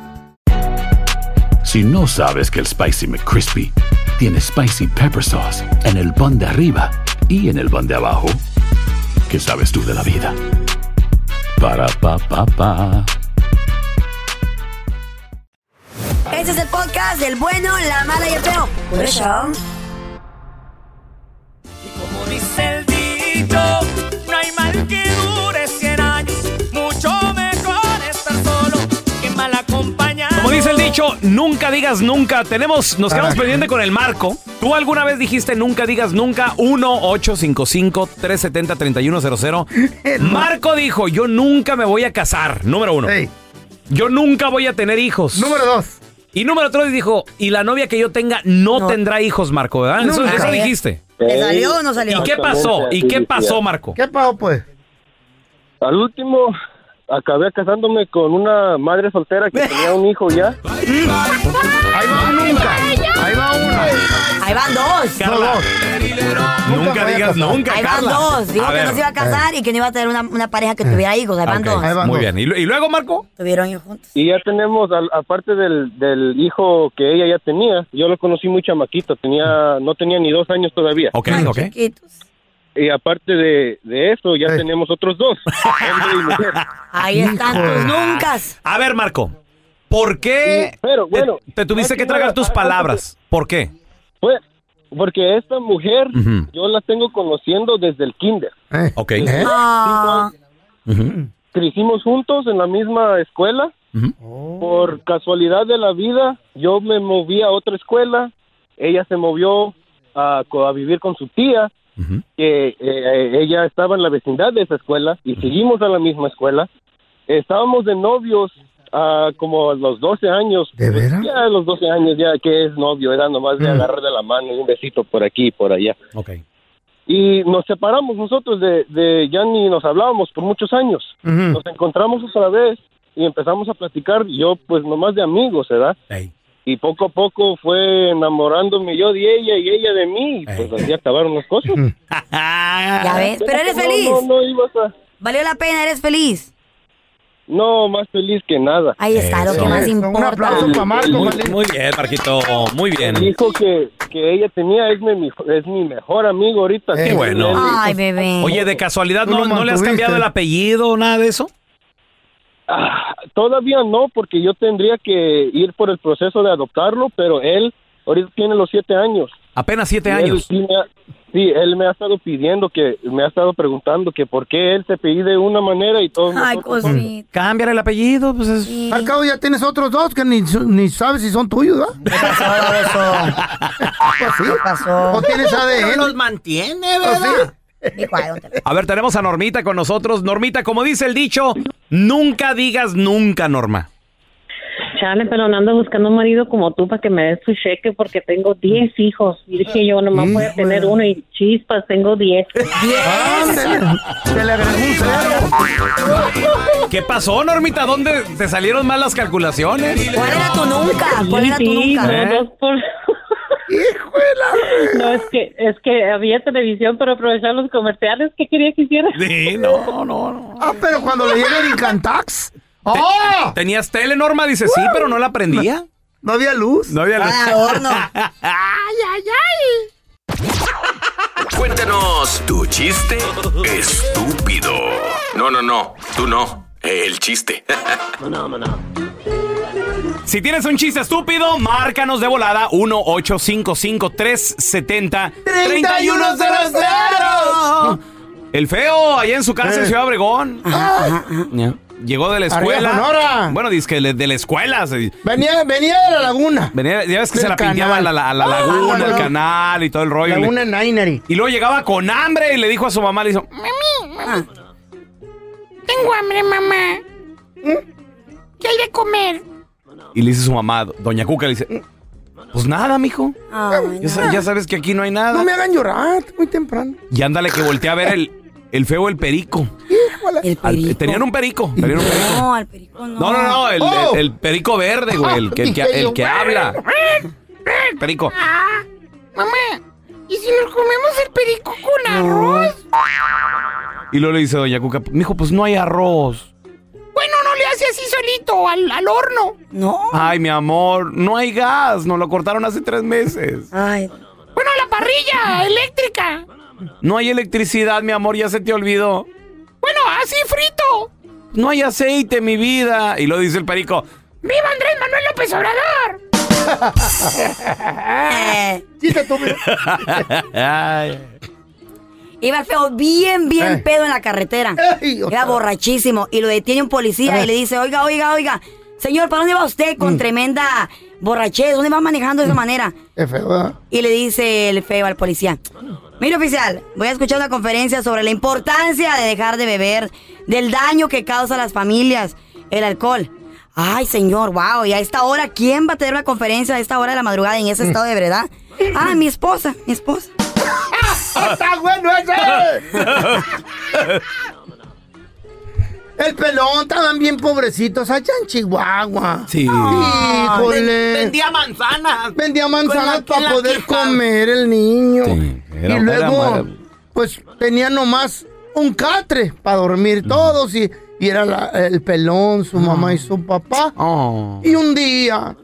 Si no sabes que el Spicy McCrispy tiene Spicy Pepper Sauce en el pan de arriba y en el pan de abajo, ¿qué sabes tú de la vida? Para pa pa pa.
Este es el podcast del bueno, la mala y el feo. Por eso.
Como dice el dicho, no hay mal que dure 100 años. Mucho mejor estar solo que mal acompañado.
Como dice el dicho, nunca digas nunca. Tenemos, nos
Ah,
quedamos pendiente con el marco. ¿Tú alguna vez dijiste nunca digas nunca? 1-855-370-3100. Marco dijo, yo nunca me voy a casar. Número uno. Yo nunca voy a tener hijos. Número
dos.
Y número tres dijo, y la novia que yo tenga no, tendrá hijos, Marco, ¿verdad? Eso,
Nunca.
eso dijiste.
¿Le salió o no salió?
¿Y qué pasó? ¿Y qué pasó, Marco?
¿Qué pasó, pues?
Al último, acabé casándome con una madre soltera que tenía un hijo ya.
Ahí va una.
Ahí van dos.
Carla.
Mm-hmm.
Nunca, digas nunca,
Ahí van
Carla.
dos. Dijo
A
que
ver.
no se iba a casar y que no iba a tener una, una pareja que tuviera hijos. Ahí van
Eh. Ok.
dos.
Ahí van
Muy
dos.
bien. ¿Y, lu- y luego, Marco?
Tuvieron hijos juntos.
Y ya tenemos, al- aparte del, del hijo que ella ya tenía, yo lo conocí muy chamaquito, tenía, no tenía ni dos años todavía.
Ok, ok.
Y aparte de, de eso, ya tenemos otros dos, hombre y mujer.
Ahí están
Hijo.
tus nunca.
A ver, Marco, ¿por qué te- te, tuviste que tragar tus palabras? ¿Por qué?
Pues, porque esta mujer, yo la tengo conociendo desde el kinder.
Ok.
Desde los
Ah.
cinco años. Crecimos juntos en la misma escuela. Por casualidad de la vida, yo me moví a otra escuela. Ella se movió a, co- a vivir con su tía, que eh, eh, ella estaba en la vecindad de esa escuela y seguimos a la misma escuela. Estábamos de novios ah, como a los 12 años. ¿De veras? Ya a los 12 años, ya que es novio, era nomás de agarrar de la mano y un besito por aquí y por allá.
Ok.
Y nos separamos nosotros de, de ya ni nos hablábamos por muchos años.
Mm.
Ujú.
Nos encontramos otra vez y empezamos a platicar, yo pues nomás de amigos, ¿verdad? Y poco a poco fue enamorándome yo de ella y ella de mí. Y pues así acabaron las cosas. Ah.
Ya ves. Pero eres
No,
feliz.
No, no, ibas a...
Valió la pena, eres feliz.
No, más feliz que nada.
Ahí está, lo que más importa.
Muy, muy bien, Marquito. Muy
El
bien.
hijo que, que ella tenía es mi, mejo- es mi mejor amigo ahorita.
Qué
Sí,
bueno.
él-
Ay, bebé.
Oye, de casualidad,
Tú lo
¿no, ¿no le has
mantuviste.
cambiado el apellido o nada de eso?
Ah, todavía no, porque yo tendría que ir por el proceso de adoptarlo, pero él ahorita tiene los siete años.
Apenas siete
Y él
años.
sí, me ha- sí, él me ha estado pidiendo que, me ha estado preguntando que por qué él se pide de una manera y todo.
Cambiar el apellido, pues es...
Al cabo ya tienes otros dos que ni, ni sabes si son tuyos, ¿verdad? ¿Qué pasó, ¿Qué pasó? ¿O tienes ADN?
No los mantiene, ¿verdad?
A ver, tenemos a Normita con nosotros. Normita, como dice el dicho, nunca digas nunca, Norma.
Chale, pero no ando buscando un marido como tú para que me des tu cheque porque tengo 10 hijos. Y dije yo, nomás voy a tener uno y chispas, tengo 10.
Ah, Se le agregó un cero.
¿Qué pasó, Normita? ¿Dónde te salieron mal las calculaciones?
¿Cuál era tu nunca? ¿Cuál era tu
Pues Sí,
¿eh?
nunca?
no, dos por- No, es que, es que había televisión, pero aprovechar los comerciales. ¿Qué quería que hiciera?
Sí, no, no, no.
Ah, pero cuando le llega el Incantax.
Te-
¡Oh!
¿Tenías tele, Norma? Dice, sí, pero no la prendía.
No había luz.
No había luz.
Ay, ay, ay.
Cuéntanos tu chiste estúpido. No, no, no. Tú no. El chiste. no, no, no.
Si tienes un chiste estúpido, márcanos de volada 1-855-370-3100. El feo allá en su casa en
Eh.
Ciudad Obregón. Llegó de la escuela.
Ah. Arriba, Sonora.
Bueno, dice que le- de la escuela. se-
Venía, venía de la laguna.
venía- ya ves que
Del
se la pinteaba a
canal.
la, a la
Ah,
laguna,
no,
el
no.
canal y todo el rollo.
Laguna Ninery.
Y luego llegaba con hambre y le dijo a su mamá, le hizo,
Mami, mami. Tengo hambre, mamá.
¿Eh?
¿Qué hay de comer?
y le dice su mamá, doña Cuca, le dice, pues nada, mijo. Ya, sa-
Ah.
ya sabes que aquí no hay nada.
No me hagan llorar, muy temprano.
Y ándale que volteé a ver el, el feo el perico. Al-
El
tenían un perico. tenían un perico.
No, al perico no.
No, no, no, el,
Oh.
el- el perico verde, güey, el que, el que, el que habla. Perico.
Ah, mamá. ¿Y si nos comemos el perico con arroz?
Y luego le dice Doña Cuca, mijo, pues no hay arroz.
Bueno, no le hace así solito al, al horno.
No.
Ay, mi amor, no hay gas, nos lo cortaron hace tres meses.
Ay.
Bueno, la parrilla eléctrica.
No hay electricidad, mi amor, ya se te olvidó. Bueno, así frito. No hay aceite, mi vida. Y lo dice el perico.
¡Viva Andrés Manuel López Obrador!
Chiste estúpido.
Iba el feo bien,
Eh.
bien pedo en la carretera. Iba borrachísimo y lo detiene un policía
Eh.
y le dice, oiga, oiga, oiga, señor, ¿para dónde va usted
Mm.
con tremenda borrachez? ¿Dónde va manejando de esa manera?
Es feo, ¿verdad?
Y le dice el feo al policía, mire oficial, voy a escuchar una conferencia sobre la importancia de dejar de beber, del daño que causa a las familias el alcohol. Ay, señor, wow, y a esta hora, ¿quién va a tener una conferencia a esta hora de la madrugada en ese estado de verdad? Ah, mi esposa, mi esposa.
¡Está bueno ese! El pelón, estaban bien pobrecitos allá en Chihuahua.
Sí.
Híjole.
Vendía manzanas.
Vendía manzanas
Con la-
para
la
poder
quijada.
comer el niño.
era-
y luego,
era mar-
pues tenía nomás un catre para
Mm.
dormir todos y, y era la- el pelón,
Ah.
su mamá y su papá.
Oh.
Y un día,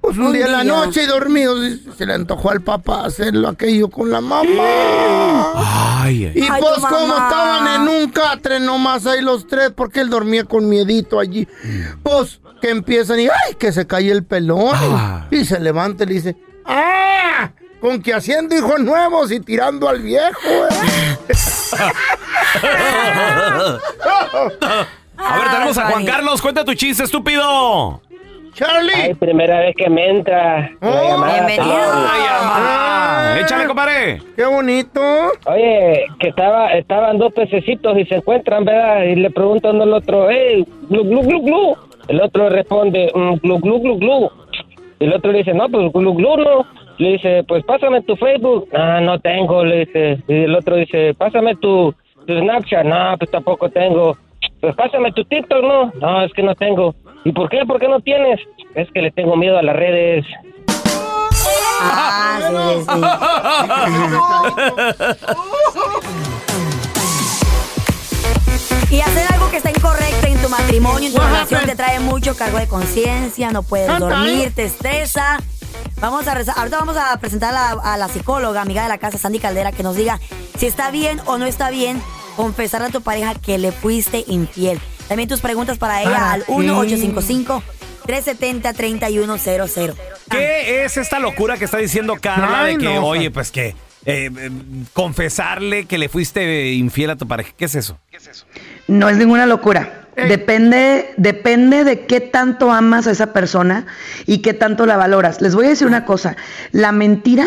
pues un,
Un
día en la
día.
noche y dormido, se, se le antojó al papá hacerlo aquello con la
Ah,
mamá.
Ay, eh".
Y
Ay,
pues
tu
como
mamá.
estaban en un catre nomás ahí los tres, porque él dormía con miedito allí. Pues que empiezan y ¡ay! que se cae el pelón.
Ah.
Y se levanta y le dice, ¡ah! Con que haciendo hijos nuevos y tirando al viejo. ¿eh?
A ver, tenemos a Juan Carlos. Cuenta tu chiste, estúpido.
Charlie. Oh,
Ay, primera vez que me entra. la llamada.
Ah, échale, compadre.
Qué bonito.
Oye, que estaba, estaban dos pececitos y se encuentran, ¿verdad? Y le preguntan al otro, ¡Ey, glu, glu, glu, glu! El otro responde, "Mm, glu, glu, glu, glu. Y el otro le dice, no, pues glu, glu, no. Le dice, pues pásame tu Facebook. Ah, no tengo, le dice. Y el otro dice, pásame tu, tu Snapchat. No, pues tampoco tengo. Pues pásame tu TikTok, no. No, es que no tengo. ¿Y por qué? ¿Por qué no tienes? Es que le tengo miedo a las redes.
Ah, Y hacer algo que está incorrecto en tu matrimonio, en tu relación, te trae mucho cargo de conciencia, no puedes
¿eh?
dormir, te estresa. Vamos a rezar- Ahorita vamos a presentar a, a la psicóloga, amiga de la casa, Sandy Caldera, que nos diga si está bien o no está bien confesarle a tu pareja que le fuiste infiel. También tus preguntas para ella
Ah,
al
sí.
1855 370 3100
¿Qué es esta locura que está diciendo Carla
Ay,
de que,
no.
oye, pues que eh, eh, confesarle que le fuiste infiel a tu pareja? ¿Qué es eso?
No es ninguna locura.
Eh.
Depende, depende de qué tanto amas a esa persona y qué tanto la valoras. Les voy a decir una cosa, la mentira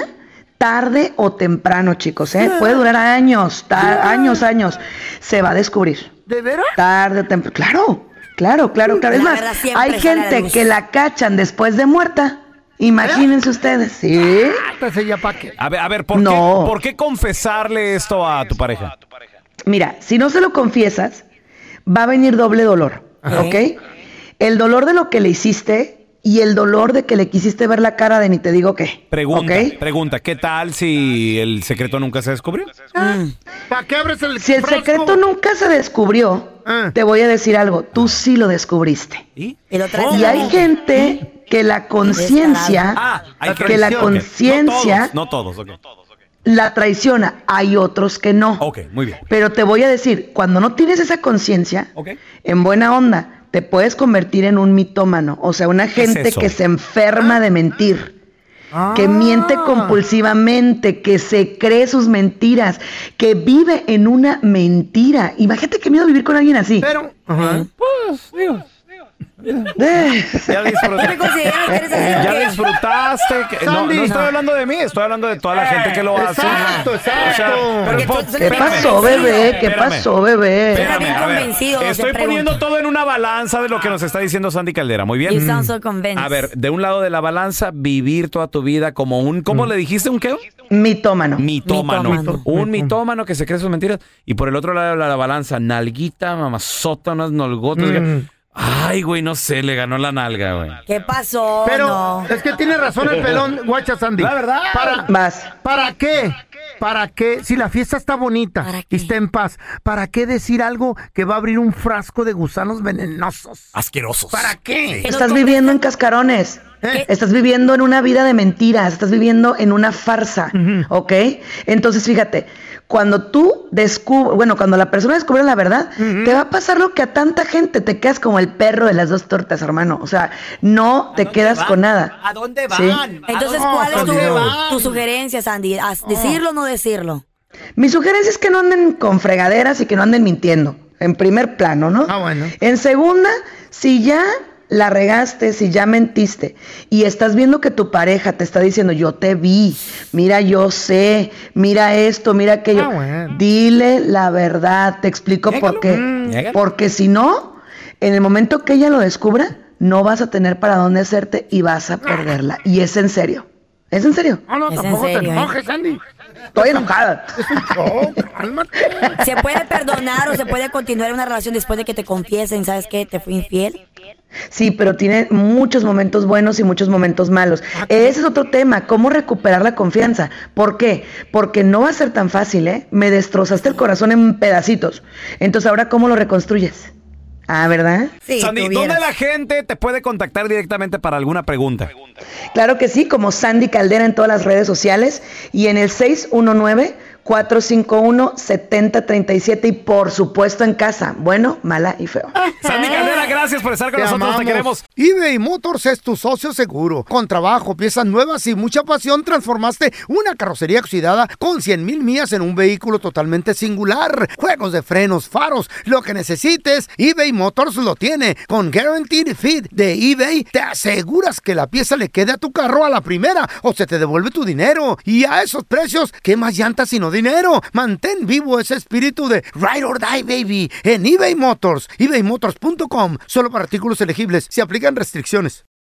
tarde o temprano, chicos, ¿eh? puede durar años, ta- años, años, se va a descubrir.
¿De veras?
Tarde o temprano, claro, claro, claro, claro. Es
La
más,
verdad siempre
hay
sale a la
gente
luz.
que la cachan después de muerta. Imagínense ustedes, ¿sí?
Ah,
A ver, a ver, ¿por,
No.
qué, por qué confesarle esto a tu pareja?
Mira, si no se lo confiesas, va a venir doble dolor,
Ajá.
¿ok? El dolor de lo que le hiciste y el dolor de que le quisiste ver la cara de ni te digo qué.
Pregunta, pregunta, ¿qué tal si el secreto nunca se descubrió? Mm.
¿Para qué abres el
Si el
frasco? Ah.
secreto nunca se descubrió, te voy a decir algo, tú sí lo descubriste.
¿Y?
traes
Y
a la
hay
luz.
gente que la conciencia,
Ah, hay
que la
traición. Ok.
conciencia
No todos, no todos, ok.
la traiciona, hay otros que no.
Ok, muy bien.
Pero te voy a decir, cuando no tienes esa conciencia, en buena onda, te puedes convertir en un mitómano, o sea, una
¿Qué es
gente
eso?
que se enferma de mentir. Que miente compulsivamente, que se cree sus mentiras, que vive en una mentira. Imagínate qué miedo vivir con alguien así. Pero,
Pues, digo.
Eh.
Ya
me consideras que eres
disfrutaste.
así, ¿o
Ya
qué?
disfrutaste. que- no,
Sandy.
no estoy hablando de mí, estoy hablando de toda la gente que lo hace.
exacto,
O sea, pero pon-
¿Qué
espérame,
pasó, bebé? ¿Qué
espérame.
pasó, bebé?
Espérame, a ver, Estoy poniendo todo en una balanza de lo que nos está diciendo Sandy Caldera. Muy bien.
You sound so convinced.
A ver, de un lado de la balanza, vivir toda tu vida como un. ¿Cómo
Mm.
le dijiste un qué?
Mitómano.
Mitómano. Un mitómano que se cree sus mentiras. Y por el otro lado de la, la balanza, nalguita, mamazota, unas nalgotas.
Mm.
Ay, güey, no sé, le ganó la nalga, güey.
¿Qué pasó?
Pero
No.
es que tiene razón el pelón, guacha Sandy.
La verdad.
Para, ¿Para qué? ¿Para qué? Si la fiesta está bonita y está en paz, ¿para qué decir algo que va a abrir un frasco de gusanos venenosos?
Asquerosos.
¿Para qué?
Estás viviendo en cascarones.
Eh.
Estás viviendo en una vida de mentiras, estás viviendo en una farsa, ¿ok? Entonces, fíjate, cuando tú descubres, bueno, cuando la persona descubre la verdad, te va a pasar lo que a tanta gente te quedas como el perro de las dos tortas, hermano. O sea, no te quedas con nada.
¿A dónde
van? Sí. ¿A dónde-
Entonces,
No,
¿cuál es
por Dios.
tu, tu sugerencia, Sandy? ¿As- ¿Decirlo o no decirlo?
Mi sugerencia es que no anden con fregaderas y que no anden mintiendo. En primer plano, ¿no? Ah, bueno. En segunda, si ya la regaste, si ya mentiste y estás viendo que tu pareja te está diciendo, yo te vi, mira, yo sé, mira esto, mira aquello, dile la verdad, te explico por qué.
Llégalo.
Porque si no, en el momento que ella lo descubra, no vas a tener para dónde hacerte y vas a perderla. Y es en serio. Es en serio.
Ah, no,
Es en
tampoco te
serio, ¿eh?
enojes, Andy.
Estoy enojada.
¿Se puede perdonar o se puede continuar una relación después de que te confiesen, sabes qué, te fui infiel?
Sí, pero tiene muchos momentos buenos y muchos momentos malos. Ese es otro tema, cómo recuperar la confianza. ¿Por qué? Porque no va a ser tan fácil, ¿eh? Me destrozaste el corazón en pedacitos. Entonces, ¿ahora cómo lo reconstruyes? Ah, ¿verdad?
Sandy, ¿dónde la gente te puede contactar directamente para alguna pregunta?
Claro que sí, como Sandy Caldera en todas las redes sociales y en el 619-451-7037 y por supuesto en casa, bueno, mala y feo.
Sandy Caldera, gracias por estar con
Te
nosotros. Te
amamos.
queremos.
eBay Motors es tu socio seguro. Con trabajo, piezas nuevas y mucha pasión, transformaste una carrocería oxidada con 100 mil millas en un vehículo totalmente singular. Juegos de frenos, faros, lo que necesites, eBay Motors lo tiene. Con Guaranteed Fit de eBay, te aseguras que la pieza le quede a tu carro a la primera o se te devuelve tu dinero. Y a esos precios, ¿qué más llantas sino dinero? Mantén vivo ese espíritu de Ride or Die, baby, en eBay Motors. ebaymotors.com. Solo para artículos elegibles. Se aplican restricciones.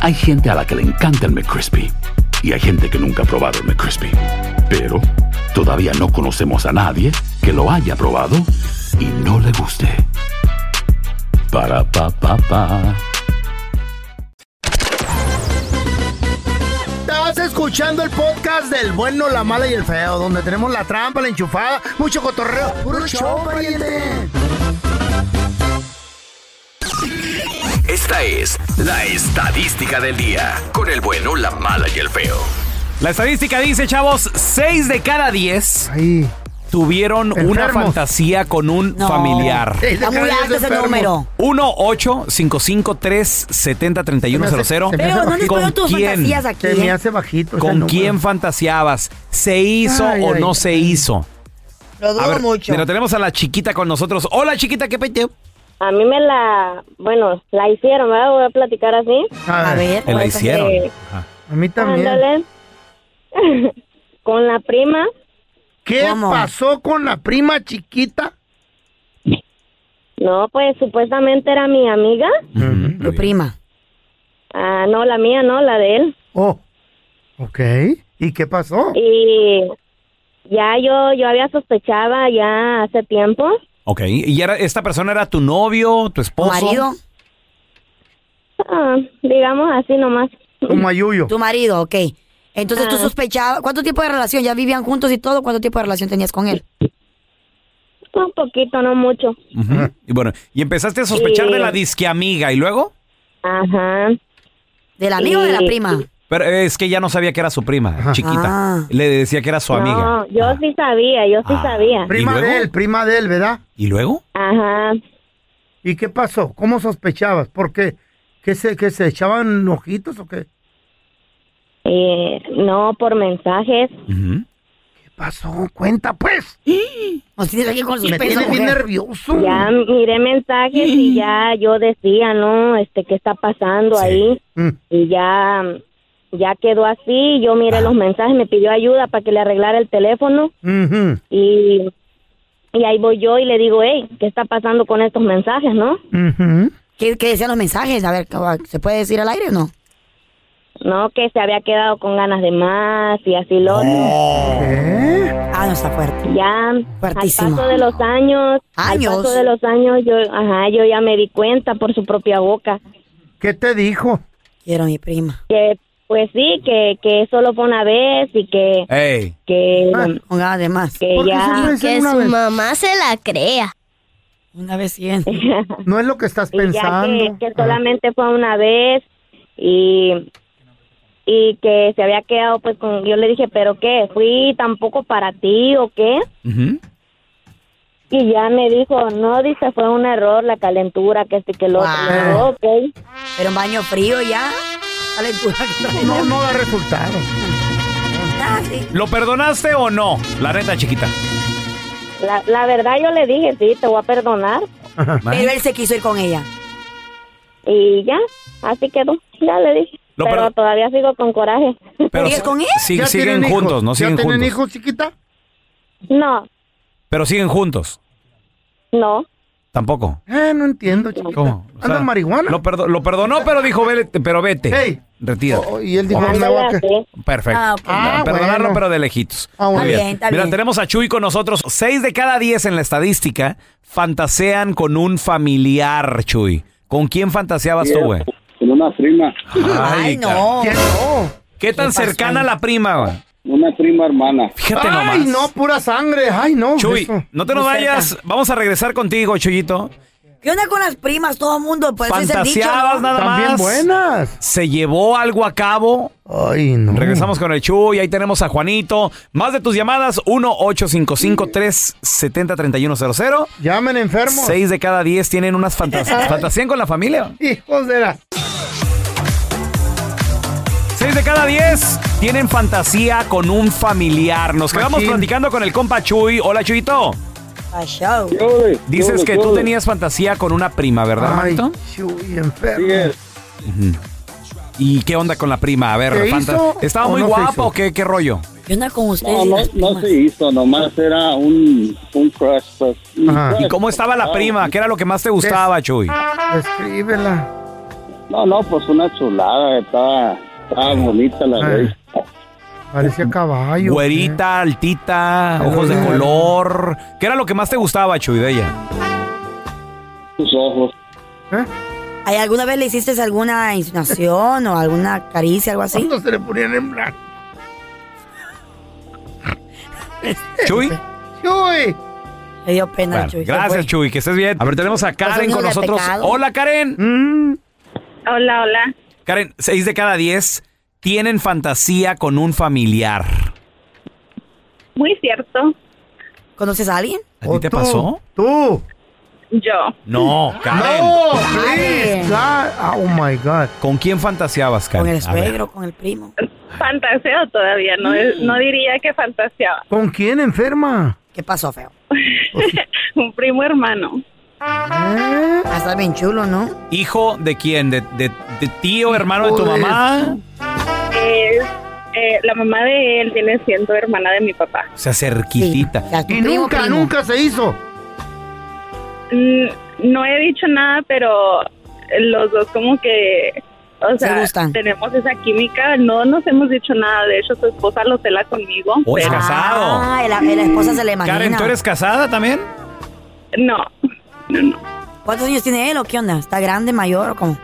Hay gente a la que le encanta el McCrispy y hay gente que nunca ha probado el McCrispy. Pero todavía no conocemos a nadie que lo haya probado y no le guste. Para pa pa pa.
Estás escuchando el podcast del bueno, la mala y el feo, donde tenemos la trampa, la enchufada, mucho cotorreo. ¡Puro show, pariente!
Esta es la estadística del día. Con el bueno, la mala y el feo.
La estadística dice, chavos, 6 de cada 10 tuvieron una
Enfermos.
fantasía con un
No.
familiar.
Seis de Está cada muy diez alto ese enfermos. número.
1 8 55 3 70 31 00.
Pero, ¿dónde fueron tus fantasías aquí? eh?
Se me hace bajito. ese
¿Con
número.
quién fantaseabas? ¿Se hizo
Ay,
o
ay,
no se hizo?
Lo
A ver, mira, tenemos a la chiquita con nosotros. Hola, chiquita, ¿qué peteo?
A mí me la, bueno, la hicieron, ¿verdad? Voy a platicar así.
A
ver.
Te la hicieron. Ajá.
A mí también.
Ándale. Con la prima.
¿Qué pasó con la prima chiquita?
No, pues supuestamente era mi amiga.
Tu prima.
Ah, no, la mía, no, la de él.
Oh, ok. ¿Y qué pasó?
Y ya yo, yo había sospechaba ya hace tiempo.
Ok, ¿y era, esta persona era tu novio, tu esposo?
Ah, digamos así nomás.
Tu marido, ok. Entonces tú
Ah.
sospechabas, ¿cuánto tiempo de relación? ¿Ya vivían juntos y todo? ¿Cuánto tiempo de relación tenías con él?
Un poquito, no mucho.
Ujú. Y bueno, y empezaste a sospechar
Sí.
de la disque amiga y luego,
Ajá.
¿Del amigo o de la prima?
pero es que ya no sabía que era su prima, chiquita.
Ah.
Le decía que era su amiga. Ah.
No, yo sí sabía, yo sí sabía.
Prima
luego?
de él, prima de él, ¿verdad?
¿Y luego?
Ajá.
¿Y qué pasó? ¿Cómo sospechabas? ¿Por qué? ¿Que se, que se echaban ojitos o qué?
Eh, no, por mensajes.
¿Qué pasó? Cuenta, pues.
Nos tienes aquí con
Me
suspenso,
tiene bien
mujer.
nervioso.
Ya miré mensajes y ya yo decía, ¿no? Este, ¿qué está pasando ahí?
Mm,
Y ya, ya quedó así. Yo
Ah.
miré los mensajes, me pidió ayuda para que le arreglara el teléfono.
Ujú,
Y, y ahí voy yo y le digo, hey, ¿qué está pasando con estos mensajes, no?
ujú.
¿Qué, qué decían los mensajes? A ver, ¿se puede decir al aire o no?
No, que se había quedado con ganas de más y así lo Ah, no está fuerte. Ya,
Fuertísimo.
al paso de los años,
Años.
al paso de los años, yo, ajá, yo ya me di cuenta por su propia boca.
¿Qué te dijo?
Quiero a mi prima.
Que, pues sí, que, que solo fue una vez y que,
¡Ey!
que,
Con ganas de más.
que ya,
que su mamá se la crea.
Una vez cien.
No es lo que estás
y ya que,
pensando. Ah.
que solamente fue una vez y y que se había quedado pues con yo le dije pero qué fui tampoco para ti o qué y ya me dijo no dice fue un error la calentura que este que el otro Y yo, ok
Pero un baño frío ya.
No, no da resultado.
Ah,
¿Lo perdonaste o no? La neta, chiquita.
la, la verdad yo le dije sí te voy a perdonar
Pero él se quiso ir con ella.
y ya así quedó ya le dije
Lo
pero
perdo-
todavía sigo con coraje
Pero si- si-
¿Ya
siguen
tienen
juntos,
hijos?
¿no? Siguen
¿Ya tienen
juntos.
hijos, chiquita?
no
Pero siguen juntos.
no
Tampoco.
Eh, no entiendo, chiquita.
¿Cómo? O sea,
Anda marihuana.
Lo, perdo- lo perdonó, pero dijo, vete, pero vete.
Ey.
Retírate.
Oh, y él dijo, Ándale, "Me voy a que-". así.
Perfecto.
Ah, ok. Ah,
Perdonarlo,
bueno.
pero de lejitos.
Ah, bueno.
Muy
Está bien, está
Mira,
bien.
tenemos a Chuy con nosotros. Seis de cada diez en la estadística fantasean con un familiar, Chuy. ¿Con quién fantaseabas tú, güey?
Con una prima.
Ay, no.
¿Qué,
¿Qué tan cercana la prima, güey?
Una prima hermana.
Fíjate nomás.
Ay, no, pura sangre. Ay, no.
Chuy,
eso.
no te nos
Muy cerca.
vayas. Vamos a regresar contigo, Chuyito.
¿Qué onda con las primas? Todo el mundo, por eso es el Pues dicho,
Fantaseabas
¿no?
nada más. buenas. Se llevó algo a cabo.
Ay, no.
Regresamos con el Chuy. Ahí tenemos a Juanito. Más de tus llamadas: 1-855-370-3100.
Llamen enfermos.
6 de cada 10 tienen unas fantasías. ¿Fantasían con la familia?
Hijos de la...
6 de cada 10 tienen fantasía con un familiar. Nos quedamos
Machín.
platicando con el compa Chuy. Hola, Chuyito.
A show.
Dices que tú tenías fantasía con una prima, ¿verdad,
Ay,
Juanito?
Chuy, enfermo.
Ujú. ¿Y qué onda con la prima? A ver,
¿Se
fanta-
hizo
¿estaba
o
muy
no se
guapa
hizo?
o qué, qué rollo?
¿Qué onda con ustedes?
No,
y
no,
las
no
primas?
se hizo, nomás era un, un crush. pues, un crush. Ah.
¿Y cómo estaba la prima? ¿Qué era lo que más te gustaba, Chuy?
Escríbela.
No, no, pues una chulada, estaba, estaba bonita la vez.
Parecía caballo.
Güerita, altita, ojos de color. ¿Qué era lo que más te gustaba, Chuy, de ella?
Sus ojos.
¿Ay, ¿Alguna vez le hiciste alguna insinuación o alguna caricia, algo así?
se le ponían en blanco?
¿Chuy?
Chuy.
Le dio pena,
Bueno,
Chuy. se
gracias,
fue.
Chuy, que estés bien. A ver, tenemos a Karen
niños
con
de
nosotros.
pecado.
Hola, Karen.
Mm.
Hola, hola.
Karen, 6 de cada 10 tienen fantasía con un familiar.
Muy cierto.
¿Conoces a alguien?
¿A ti te pasó?
Tú.
Yo.
No, Karen.
No, please. God. Oh, my God.
¿Con quién fantaseabas, Karen?
Con el
A ver.
suegro, con el primo.
Fantaseo todavía, no, es- no diría que fantaseaba.
¿Con quién enferma?
¿Qué pasó, feo?
Un primo hermano.
Ah, está bien chulo, ¿no?
¿Hijo de quién? ¿De, de- de tío, hermano de tu
Joder.
mamá?
Es, eh, la mamá de él viene siendo hermana de mi papá.
O sea, cerquitita.
Y nunca, nunca se hizo.
Mm, No he dicho nada, pero los dos como que, o
Se
sea,
gustan.
tenemos esa química. No nos hemos dicho nada. De hecho, su esposa lo cela conmigo.
¿O es
pero-
casado?
Ah, la, la esposa se le imagina.
Karen, ¿tú eres casada también?
No,
¿Cuántos años tiene él o qué onda? ¿Está grande, mayor o cómo?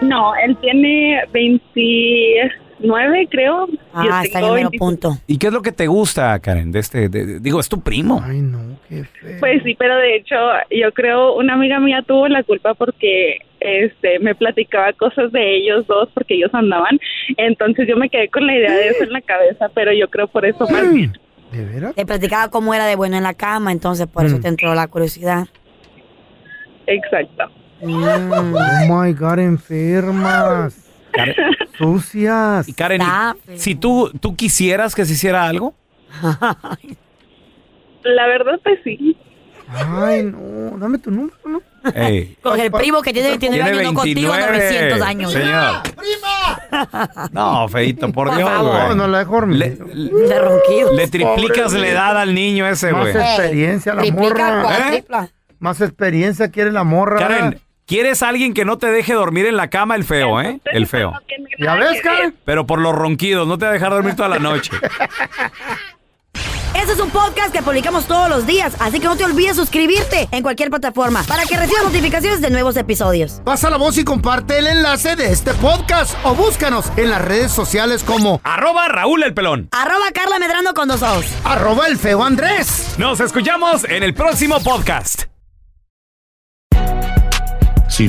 no, él tiene 29, creo. Yo
Ah, está en
tengo
el mero
25.
punto.
¿Y qué es lo que te gusta, Karen? De este, de- de- digo, es tu primo. Ay,
no.
Pues sí, pero de hecho, yo creo una amiga mía tuvo la culpa porque este me platicaba cosas de ellos dos porque ellos andaban. Entonces yo me quedé con la idea de eso en la cabeza, pero yo creo por eso más bien.
Te platicaba cómo era de bueno en la cama, entonces por
Mm.
eso te entró la curiosidad.
Exacto.
Oh, my God, enfermas. Sucias.
Y Karen, y- si tú, tú quisieras que se hiciera algo,
La verdad, pues sí.
Ay, no. Dame tu número, ¿no?
Ey.
Con el primo que tiene 29
Tiene
años, no contigo
29,
900 años.
señor. no, feito, por,
Por
Dios,
favor.
güey.
No, no
la dejo
le,
De ronquidos.
le triplicas
Pobre
la edad al niño ese,
Más
güey.
experiencia la
Triplica,
morra.
cuatripla.
Más experiencia quiere la morra.
Karen, ¿Quieres a alguien que no te deje dormir en la cama? El feo, ¿eh? El feo.
¿Ya ves, Karen?
Pero por los ronquidos, no te va a dejar dormir toda la noche.
Este es un podcast que publicamos todos los días, así que no te olvides suscribirte en cualquier plataforma para que recibas notificaciones de nuevos episodios.
Pasa la voz y comparte el enlace de este podcast o búscanos en las redes sociales como
Arroba Raúl el pelón.
Arroba Carla Medrano con dos ojos.
arroba el feo Andrés.
Nos escuchamos en el próximo podcast.
Si